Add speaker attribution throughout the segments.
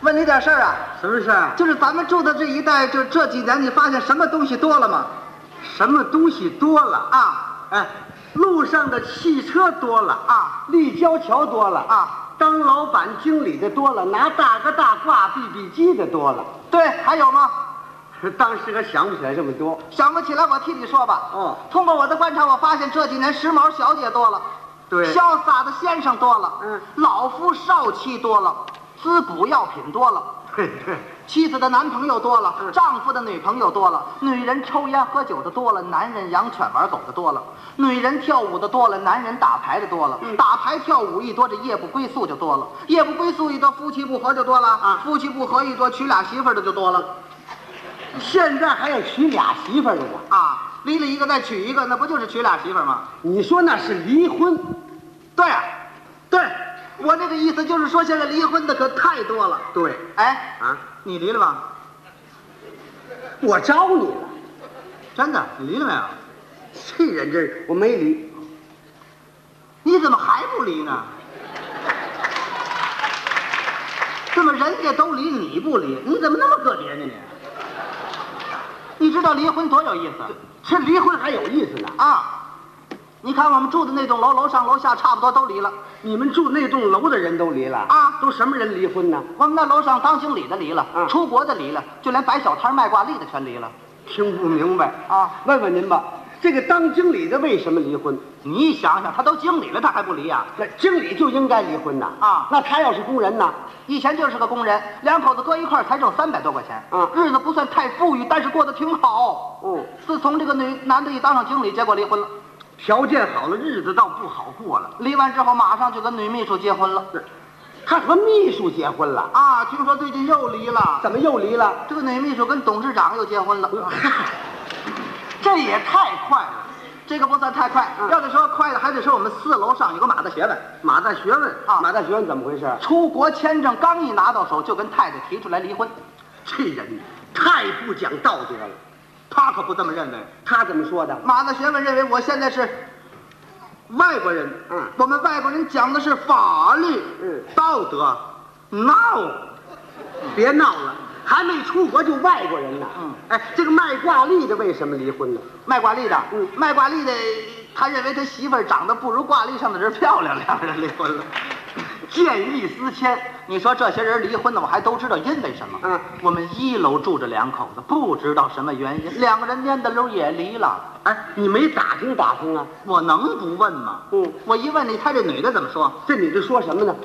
Speaker 1: 问你点事儿啊，
Speaker 2: 什么事儿？
Speaker 1: 就是咱们住的这一带，就这几年你发现什么东西多了吗？
Speaker 2: 什么东西多了？
Speaker 1: 啊，
Speaker 2: 哎，路上的汽车多了
Speaker 1: 啊，
Speaker 2: 立交桥多了
Speaker 1: 啊，
Speaker 2: 当老板经理的多了，拿大哥大挂 BB 机的多了。
Speaker 1: 对，还有吗？
Speaker 2: 当时还想不起来这么多。
Speaker 1: 想不起来，我替你说吧。
Speaker 2: 哦
Speaker 1: 通过我的观察，我发现这几年时髦小姐多了，
Speaker 2: 对
Speaker 1: 潇洒的先生多了，
Speaker 2: 嗯
Speaker 1: 老夫少妻多了，滋补药品多了。
Speaker 2: 对对，
Speaker 1: 妻子的男朋友多了，
Speaker 2: 嗯
Speaker 1: 丈夫的女朋友多了，女人抽烟喝酒的多了，男人养犬玩狗的多了，女人跳舞的多了，男人打牌的多了，打牌跳舞一多，这夜不归宿就多了，夜不归宿一多，夫妻不和就多了，
Speaker 2: 啊
Speaker 1: 夫妻不和一多，娶俩媳妇儿的就多了，
Speaker 2: 现在还要娶俩媳妇儿了呢。
Speaker 1: 啊，离了一个再娶一个，那不就是娶俩媳妇儿吗？
Speaker 2: 你说那是离婚？
Speaker 1: 对啊，对，我这个意思就是说，现在离婚的可太多了。
Speaker 2: 对，
Speaker 1: 哎，
Speaker 2: 啊，
Speaker 1: 你离了吗？
Speaker 2: 我招你了。
Speaker 1: 真的，你离了没有？
Speaker 2: 这人真是，我没离。
Speaker 1: 你怎么还不离呢？怎么人家都离你不离？你怎么那么个别呢你？你知道离婚多有意思
Speaker 2: 这离婚还有意思呢。
Speaker 1: 啊！你看我们住的那栋楼，楼上楼下差不多都离了。
Speaker 2: 你们住那栋楼的人都离了
Speaker 1: 啊
Speaker 2: 都什么人离婚呢？
Speaker 1: 我们那楼上当经理的离了，
Speaker 2: 嗯
Speaker 1: 出国的离了，就连摆小摊卖挂历的全离了。
Speaker 2: 听不明白
Speaker 1: 啊！
Speaker 2: 问问您吧，这个当经理的为什么离婚？
Speaker 1: 你想想，他都经理了，他还不离啊呀、
Speaker 2: 那经理就应该离婚呐！
Speaker 1: 啊
Speaker 2: 那他要是工人呢？
Speaker 1: 以前就是个工人，两口子搁一块儿才挣三百多块钱，
Speaker 2: 嗯
Speaker 1: 日子不算太富裕，但是过得挺好。
Speaker 2: 嗯，
Speaker 1: 自从这个女男的一当上经理，结果离婚了。
Speaker 2: 条件好了，日子倒不好过了。
Speaker 1: 离完之后，马上就跟女秘书结婚了。
Speaker 2: 他和秘书结婚了，
Speaker 1: 啊，听说最近又离了，
Speaker 2: 怎么又离了？
Speaker 1: 这个女秘书跟董事长又结婚了，
Speaker 2: 嗨，
Speaker 1: 这也太快了。这个不算太快，
Speaker 2: 嗯
Speaker 1: 要得说快的，还得说我们四楼上有个马大学问。
Speaker 2: 马大学问
Speaker 1: 啊
Speaker 2: 马大学问怎么回事？
Speaker 1: 出国签证刚一拿到手，就跟太太提出来离婚。
Speaker 2: 这人太不讲道德了。
Speaker 1: 他可不这么认为。
Speaker 2: 他怎么说的？
Speaker 1: 马大学问认为我现在是外国人，
Speaker 2: 嗯
Speaker 1: 我们外国人讲的是法律、
Speaker 2: 嗯
Speaker 1: 道德、闹。
Speaker 2: 别闹了，还没出国就外国人呢。
Speaker 1: 嗯，
Speaker 2: 哎，这个卖挂历的为什么离婚呢？
Speaker 1: 卖挂历的，
Speaker 2: 嗯
Speaker 1: 卖挂历的，他认为他媳妇儿长得不如挂历上的人漂亮， 两个人离婚了。
Speaker 2: 嗯
Speaker 1: 见异思迁，你说这些人离婚的，我还都知道因为什么。
Speaker 2: 嗯，
Speaker 1: 我们一楼住着两口子，不知道什么原因，两个人蔫的溜也离了。
Speaker 2: 哎，你没打听打听啊？
Speaker 1: 我能不问吗？
Speaker 2: 嗯
Speaker 1: 我一问，你猜这女的怎么说？
Speaker 2: 这女的说什么呢？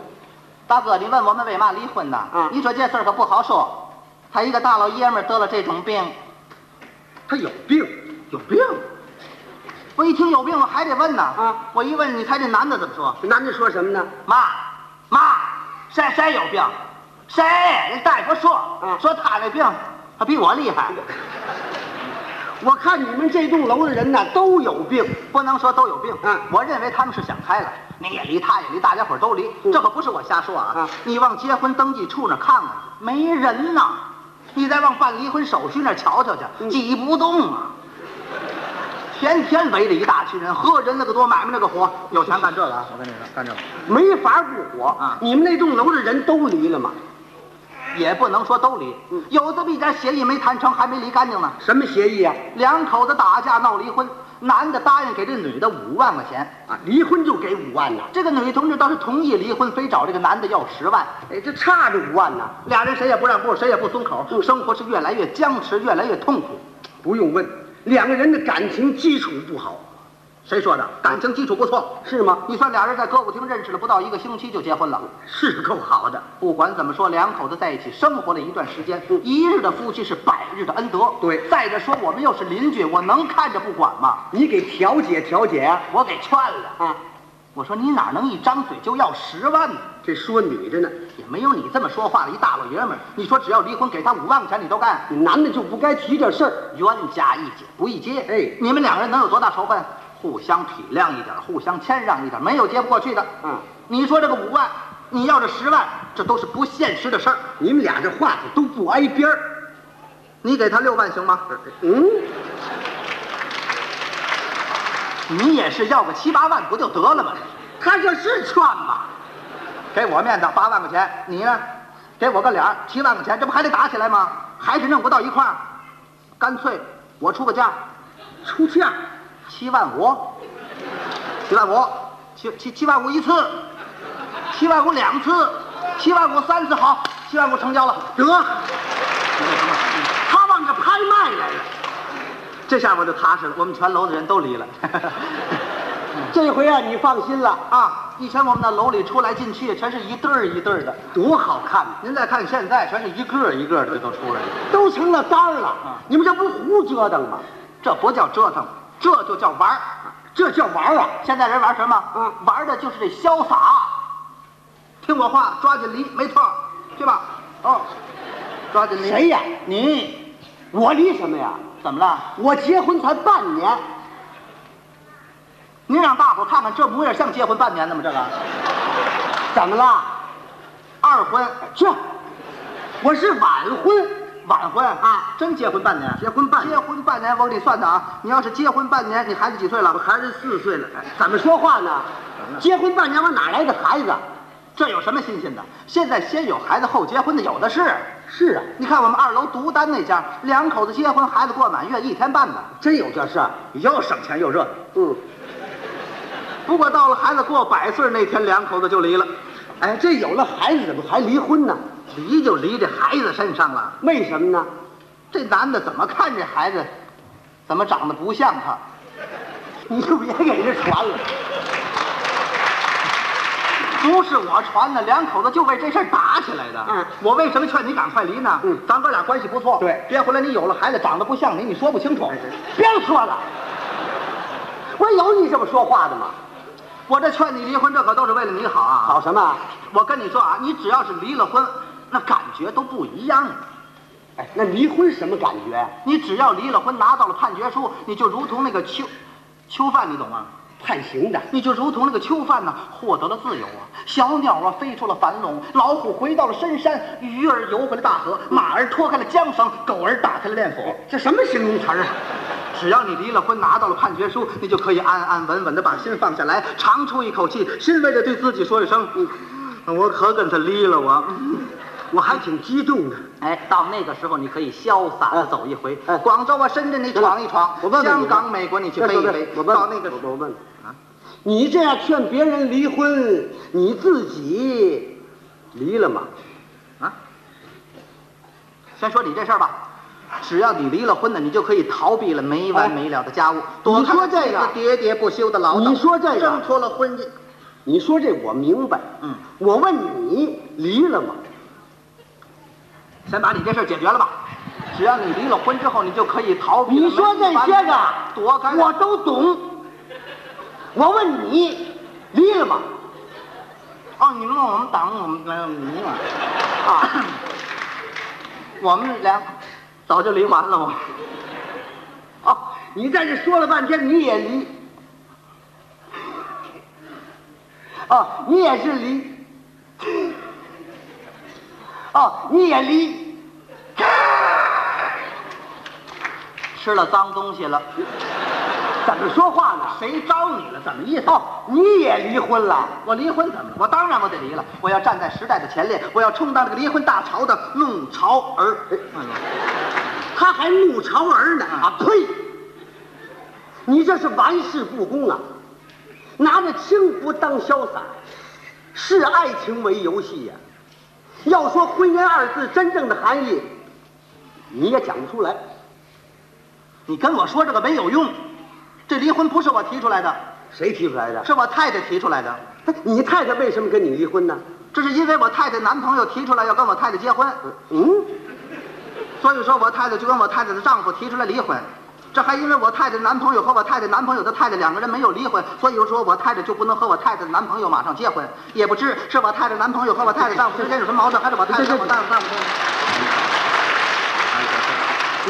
Speaker 1: 大哥，你问我们为嘛离婚呢？
Speaker 2: 嗯
Speaker 1: 你说这事儿可不好说。他一个大老爷们儿得了这种病，
Speaker 2: 她有病，有病。
Speaker 1: 我一听有病，我还得问呢。
Speaker 2: 嗯
Speaker 1: 我一问，你猜这男的怎么说？
Speaker 2: 这男的说什么呢？
Speaker 1: 妈，妈，谁谁有病？谁？人大夫说，
Speaker 2: 嗯
Speaker 1: 说他那病他比我厉害，
Speaker 2: 我看你们这栋楼的人呐都有病。
Speaker 1: 不能说都有病。
Speaker 2: 嗯
Speaker 1: 我认为他们是想开了，你也离，他也离，大家伙儿都离。
Speaker 2: 嗯
Speaker 1: 这可不是我瞎说啊！
Speaker 2: 嗯
Speaker 1: 你往结婚登记处那儿看看去，没人呐。你再往办离婚手续那儿瞧瞧去，
Speaker 2: 嗯
Speaker 1: 挤不动啊。天天围着一大群人，喝人那个多，买卖那个火，有钱干这个啊！我跟你说，干这个
Speaker 2: 没法不火
Speaker 1: 啊
Speaker 2: 你们那栋楼的人都离了吗？
Speaker 1: 也不能说都离，
Speaker 2: 嗯
Speaker 1: 有这么一点协议没谈成，还没离干净呢。
Speaker 2: 什么协议啊？
Speaker 1: 两口子打架闹离婚，男的答应给这女的五万块钱，
Speaker 2: 啊，离婚就给五万呐、
Speaker 1: 这个女同志倒是同意离婚，非找这个男的要十万，
Speaker 2: 哎，这差着五万呐、
Speaker 1: 俩人谁也不让步，谁也不松口，
Speaker 2: 嗯
Speaker 1: 生活是越来越僵持，越来越痛苦。
Speaker 2: 不用问，两个人的感情基础不好，
Speaker 1: 谁说的？感情基础不错，
Speaker 2: 是吗？
Speaker 1: 你算俩人在歌舞厅认识了不到一个星期就结婚了。
Speaker 2: 是够好的。嗯
Speaker 1: 不管怎么说，两口子在一起生活了一段时间，一日的夫妻是百日的恩德。
Speaker 2: 对
Speaker 1: 再者说我们又是邻居，我能看着不管吗？
Speaker 2: 你给调解调解啊！
Speaker 1: 我给劝了，
Speaker 2: 啊，
Speaker 1: 我说你哪能一张嘴就要十万呢？
Speaker 2: 这说女的呢，
Speaker 1: 也没有你这么说话的一大老爷们儿。你说只要离婚给他五万块钱，你都干？
Speaker 2: 你男的就不该提这事儿。
Speaker 1: 冤家宜解不宜结。
Speaker 2: 哎
Speaker 1: 你们两个人能有多大仇恨？互相体谅一点，互相谦让一点，没有结不过去的。
Speaker 2: 嗯，
Speaker 1: 你说这个五万，你要这十万，这都是不现实的事儿。
Speaker 2: 你们俩这话可都不挨边儿。
Speaker 1: 你给他六万行吗？
Speaker 2: 嗯，
Speaker 1: 你也是要个七八万不就得了吗？
Speaker 2: 他这是
Speaker 1: 劝吧，给我面子八万块钱，你呢？给我个脸儿，七万块钱，这不还得打起来吗？还是弄不到一块儿，干脆我出个价，
Speaker 2: 出价
Speaker 1: 七万五，七万五，七七七万五一次，七万五两次，七万五三次，好，七万五成交了，
Speaker 2: 得，他往这拍卖来了。
Speaker 1: 这下我就踏实了，我们全楼的人都离 了。
Speaker 2: 这回啊，你放心了，
Speaker 1: 啊，以前我们那楼里出来进去全是一对儿一对儿的，
Speaker 2: 多好看呐、
Speaker 1: 您再看现在，全是一个儿一个儿的都出来了，啊
Speaker 2: 都成了单儿了。你们这不胡折腾吗？
Speaker 1: 这不叫折腾，这就叫玩儿。
Speaker 2: 这叫玩儿啊！
Speaker 1: 现在人玩什么？
Speaker 2: 嗯
Speaker 1: 玩的就是这潇洒。听我话，抓紧离，没错儿，去吧。哦，抓紧离。
Speaker 2: 谁呀
Speaker 1: 你
Speaker 2: 我离什么呀？
Speaker 1: 怎么了？
Speaker 2: 我结婚才半年，
Speaker 1: 您让大伙儿看看这模样，像结婚半年的吗？这个
Speaker 2: 怎么了？
Speaker 1: 二婚啊
Speaker 2: 这，我是晚婚，
Speaker 1: 晚婚
Speaker 2: 啊
Speaker 1: 真结婚半年。
Speaker 2: 结婚半
Speaker 1: 结
Speaker 2: 年，
Speaker 1: 婚半年，我给你算算啊！你要是结婚半年，你孩子几岁了？我哎孩子四岁了。
Speaker 2: 怎么说话呢？结婚半年，我哪来的孩子？
Speaker 1: 这有什么新鲜的？现在先有孩子后结婚的有的是。
Speaker 2: 是啊，
Speaker 1: 你看我们二楼独单那家，两口子结婚，孩子过满月，一天半的，
Speaker 2: 真有这事儿。
Speaker 1: 又省钱又热闹。
Speaker 2: 嗯，
Speaker 1: 不过到了孩子过百岁那天，两口子就离了，
Speaker 2: 哎，这有了孩子，怎么还离婚呢？
Speaker 1: 离就离这孩子身上了。
Speaker 2: 为什么呢？
Speaker 1: 这男的怎么看这孩子，怎么长得不像他？
Speaker 2: 你就别给人家传了。
Speaker 1: 不是我传的，两口子就为这事儿打起来的。
Speaker 2: 嗯，
Speaker 1: 我为什么劝你赶快离呢？
Speaker 2: 嗯
Speaker 1: 咱哥俩关系不错。
Speaker 2: 对哎
Speaker 1: 别回来你有了孩子，长得不像你，你说不清楚。
Speaker 2: 别说了，我有你这么说话的吗？
Speaker 1: 我这劝你离婚，这可都是为了你好啊。
Speaker 2: 好，什么？
Speaker 1: 我跟你说啊，你只要是离了婚，那感觉都不一样。
Speaker 2: 哎，那离婚什么感觉？
Speaker 1: 你只要离了婚，拿到了判决书，你就如同那个囚囚犯，你懂吗？
Speaker 2: 判刑的。
Speaker 1: 你就如同那个囚犯呢，获得了自由啊！小鸟啊飞出了樊笼，老虎回到了深山，鱼儿游回了大河，马儿脱开了缰绳，狗儿打开了链锁。
Speaker 2: 这什么形容词儿啊？
Speaker 1: 只要你离了婚，拿到了判决书，你就可以安安稳稳的把心放下来，长出一口气，欣慰的对自己说一声：“嗯我可跟他离了我。
Speaker 2: 我还挺激动的。”
Speaker 1: 哎，到那个时候，你可以潇洒的走一回。
Speaker 2: 哎
Speaker 1: 广州啊，深圳你闯一闯，
Speaker 2: 我问问
Speaker 1: 香
Speaker 2: 你
Speaker 1: 港、美国你去飞一飞。
Speaker 2: 我问
Speaker 1: 到那个时
Speaker 2: 我
Speaker 1: 候，
Speaker 2: 问
Speaker 1: 啊
Speaker 2: 你这样劝别人离婚，你自己离了吗？
Speaker 1: 啊，先说你这事儿吧，只要你离了婚呢，你就可以逃避了没完没了的家务，躲开
Speaker 2: 哦你说这个
Speaker 1: 喋喋不休的唠叨。
Speaker 2: 你说这个
Speaker 1: 挣脱了婚姻，
Speaker 2: 你说这我明白。
Speaker 1: 嗯，
Speaker 2: 我问你离了吗？
Speaker 1: 先把你这事儿解决了吧。只要你离了婚之后，你就可以逃避了
Speaker 2: 你
Speaker 1: 没
Speaker 2: 说
Speaker 1: 完
Speaker 2: 这
Speaker 1: 没了。
Speaker 2: 些个
Speaker 1: 躲开了
Speaker 2: 我都懂。我问你离了吗？
Speaker 1: 哦，你问我们党，我们呃没有你嘛？
Speaker 2: 啊，
Speaker 1: 我们俩早就离完了，我。
Speaker 2: 哦，你在这说了半天，你也离。哦，你也是离。哦，你也离。
Speaker 1: 吃了脏东西了，
Speaker 2: 怎么说话呢？
Speaker 1: 谁招你了？怎么意思？
Speaker 2: 哦，你也离婚 了？
Speaker 1: 我离婚怎么了？我当然我得离了，我要站在时代的前列，我要充当这个离婚大潮的弄潮儿。哎
Speaker 2: 他还怒潮儿呢！啊，呸！你这是玩世不恭啊！拿着轻浮当潇洒，视爱情为游戏呀、要说婚姻二字真正的含义，你也讲不出来。
Speaker 1: 你跟我说这个没有用，这离婚不是我提出来的，
Speaker 2: 谁提出来的？
Speaker 1: 是我太太提出来的。
Speaker 2: 哎你太太为什么跟你离婚呢？
Speaker 1: 这是因为我太太男朋友提出来要跟我太太结婚，
Speaker 2: 嗯，
Speaker 1: 所以说我太太就跟我太太的丈夫提出来离婚。这还因为我太太男朋友和我太太男朋友的太太两个人没有离婚，所以说我太太就不能和我太太的男朋友马上结婚。也不知是我太太男朋友和我太太丈夫之间有什么矛盾，还是我太太和我丈夫丈夫之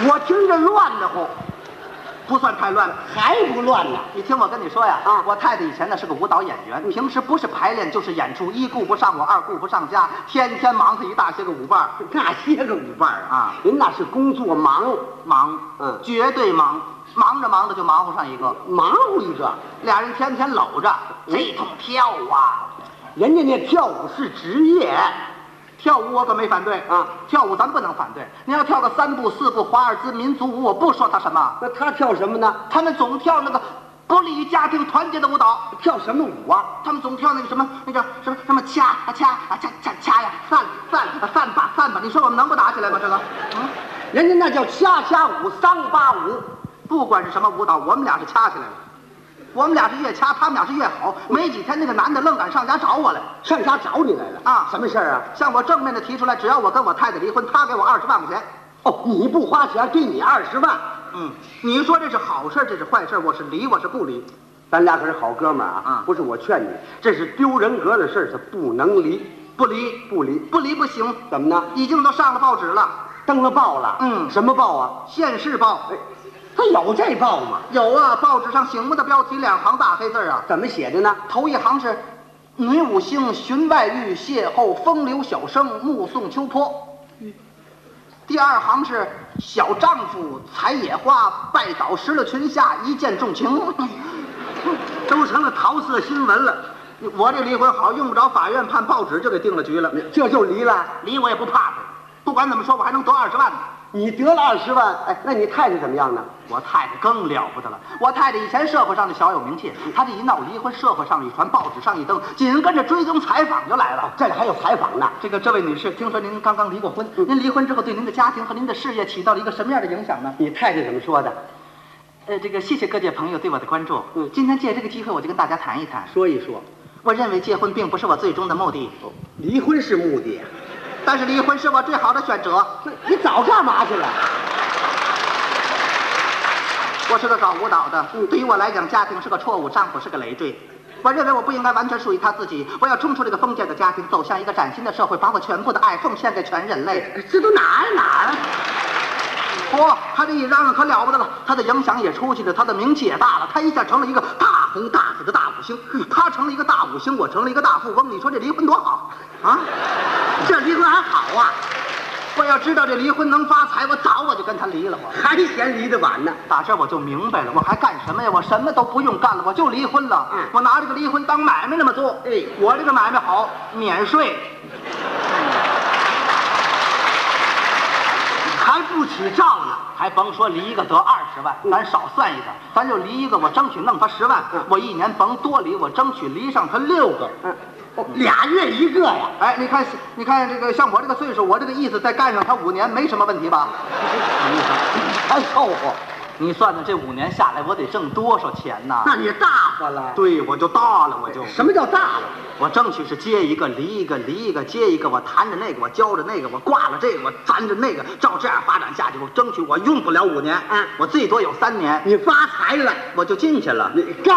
Speaker 1: 间。
Speaker 2: 我听着乱得慌，
Speaker 1: 不算太乱了。
Speaker 2: 还不乱呢？
Speaker 1: 你听我跟你说呀，
Speaker 2: 啊
Speaker 1: 我太太以前呢是个舞蹈演员，平时不是排练就是演出，一顾不上我，二顾不上家，天天忙活一大些个舞伴儿，
Speaker 2: 那些个舞伴儿
Speaker 1: 啊
Speaker 2: 您那是工作忙，
Speaker 1: 忙，呃
Speaker 2: 嗯
Speaker 1: 绝对忙，忙着忙着就忙活上一个，
Speaker 2: 忙乎一个。
Speaker 1: 俩人天天
Speaker 2: 嗯
Speaker 1: 搂着，这通跳啊，
Speaker 2: 人家那跳舞是职业，
Speaker 1: 跳舞我可没反对
Speaker 2: 啊，
Speaker 1: 跳舞咱不能反对。你要跳个三步四步华尔兹民族舞，我不说他什么。
Speaker 2: 那他跳什么呢？
Speaker 1: 他们总跳那个不利于家庭团结的舞蹈，
Speaker 2: 跳什么舞啊？
Speaker 1: 他们总跳那个什么那个什么什么掐啊掐啊掐掐掐呀，散散啊散吧散吧。你说我们能不打起来吗？这个，嗯，
Speaker 2: 人家那叫掐掐舞、桑巴舞。
Speaker 1: 不管是什么舞蹈，我们俩是掐起来了。我们俩是越掐，他们俩是越好。没几天，那个男的愣敢上家找我来，
Speaker 2: 上家找你来了
Speaker 1: 啊
Speaker 2: 什么事儿啊？
Speaker 1: 向我正面的提出来，只要我跟我太太离婚，他给我二十万块钱。
Speaker 2: 哦，你不花钱，给你二十万，
Speaker 1: 嗯，你说这是好事儿，这是坏事儿？我是离，我是不离。
Speaker 2: 嗯咱俩可是好哥们儿啊！
Speaker 1: 啊
Speaker 2: 不是我劝你，这是丢人格的事儿，是不能离，
Speaker 1: 不离，
Speaker 2: 不离。
Speaker 1: 不离不行，
Speaker 2: 怎么呢？
Speaker 1: 已经都上了报纸了，
Speaker 2: 登了报了。
Speaker 1: 嗯
Speaker 2: 什么报啊？
Speaker 1: 《现世报
Speaker 2: 哎，他有这报吗？》
Speaker 1: 有啊，报纸上醒目的标题两行大黑字儿啊，
Speaker 2: 怎么写的呢？
Speaker 1: 头一行是“女五星寻外遇，邂逅风流小生，目送秋波”。第二行是“小丈夫采野花，拜倒失了裙下，一见重情”， 都成了桃色新闻了。我这离婚好，用不着法院判，报纸就给定了局了。
Speaker 2: 这就离了。
Speaker 1: 离我也不怕他，不管怎么说，我还能得二十万呢。
Speaker 2: 你得了二十万，哎，那你太太怎么样呢？
Speaker 1: 我太太更了不得了，我太太以前社会上的小有名气，她这一闹离婚，社会上一传，报纸上一登，紧跟着追踪采访就来了。
Speaker 2: 这里还有采访呢。
Speaker 1: 这个这位女士，听说您刚刚离过婚，您离婚之后对您的家庭和您的事业起到了一个什么样的影响呢？
Speaker 2: 你太太怎么说的？
Speaker 1: 呃，这个谢谢各界朋友对我的关注。
Speaker 2: 嗯
Speaker 1: 今天借这个机会，我就跟大家谈一谈。
Speaker 2: 说一说。
Speaker 1: 我认为结婚并不是我最终的目的，
Speaker 2: 离婚是目的，啊
Speaker 1: 但是离婚是我最好的选择。
Speaker 2: 那你早干嘛去了？
Speaker 1: 我是个搞舞蹈的，对于我来讲，家庭是个错误，丈夫是个累赘。我认为我不应该完全属于他自己，我要冲出这个封建的家庭，走向一个崭新的社会，把我全部的爱奉献给全人类。
Speaker 2: 这都哪儿啊哪儿？
Speaker 1: 嚯、他这一嚷嚷可了不得了，他的影响也出去了，他的名气也大了，他一下成了一个大红大紫的大五星，他成了一个大五星，我成了一个大富翁。你说这离婚多好啊？这离婚还好啊？我要知道这离婚能发财，我早我就跟他离了。我。
Speaker 2: 还嫌离得晚呢？
Speaker 1: 打这我就明白了，我还干什么呀？我什么都不用干了，我就离婚了。
Speaker 2: 嗯
Speaker 1: 我拿这个离婚当买卖那么做。
Speaker 2: 哎
Speaker 1: 我这个买卖好，免税，
Speaker 2: 嗯还不起账呢？
Speaker 1: 还甭说离一个得二十万，咱少算一点，咱就离一个，我争取弄他十万。
Speaker 2: 嗯
Speaker 1: 我一年甭多离，我争取离上他六个。
Speaker 2: 嗯，哦俩月一个呀。
Speaker 1: 哎，你看，你看这个，像我这个岁数，我这个意思，再干上他五年没什么问题 吧？
Speaker 2: 还凑合，
Speaker 1: 你算算，这五年下来，我得挣多少钱呐？
Speaker 2: 那你大发了。
Speaker 1: 对，我就大了，我就。
Speaker 2: 什么叫大了？
Speaker 1: 我争取是接一个离一个离一个接一个，我谈着那个，我交着那个，我挂了这个，我粘着那个，照这样发展下去，我争取我用不了五年，
Speaker 2: 嗯
Speaker 1: 我最多有三年，
Speaker 2: 你发财了，
Speaker 1: 我就进去了。
Speaker 2: 你该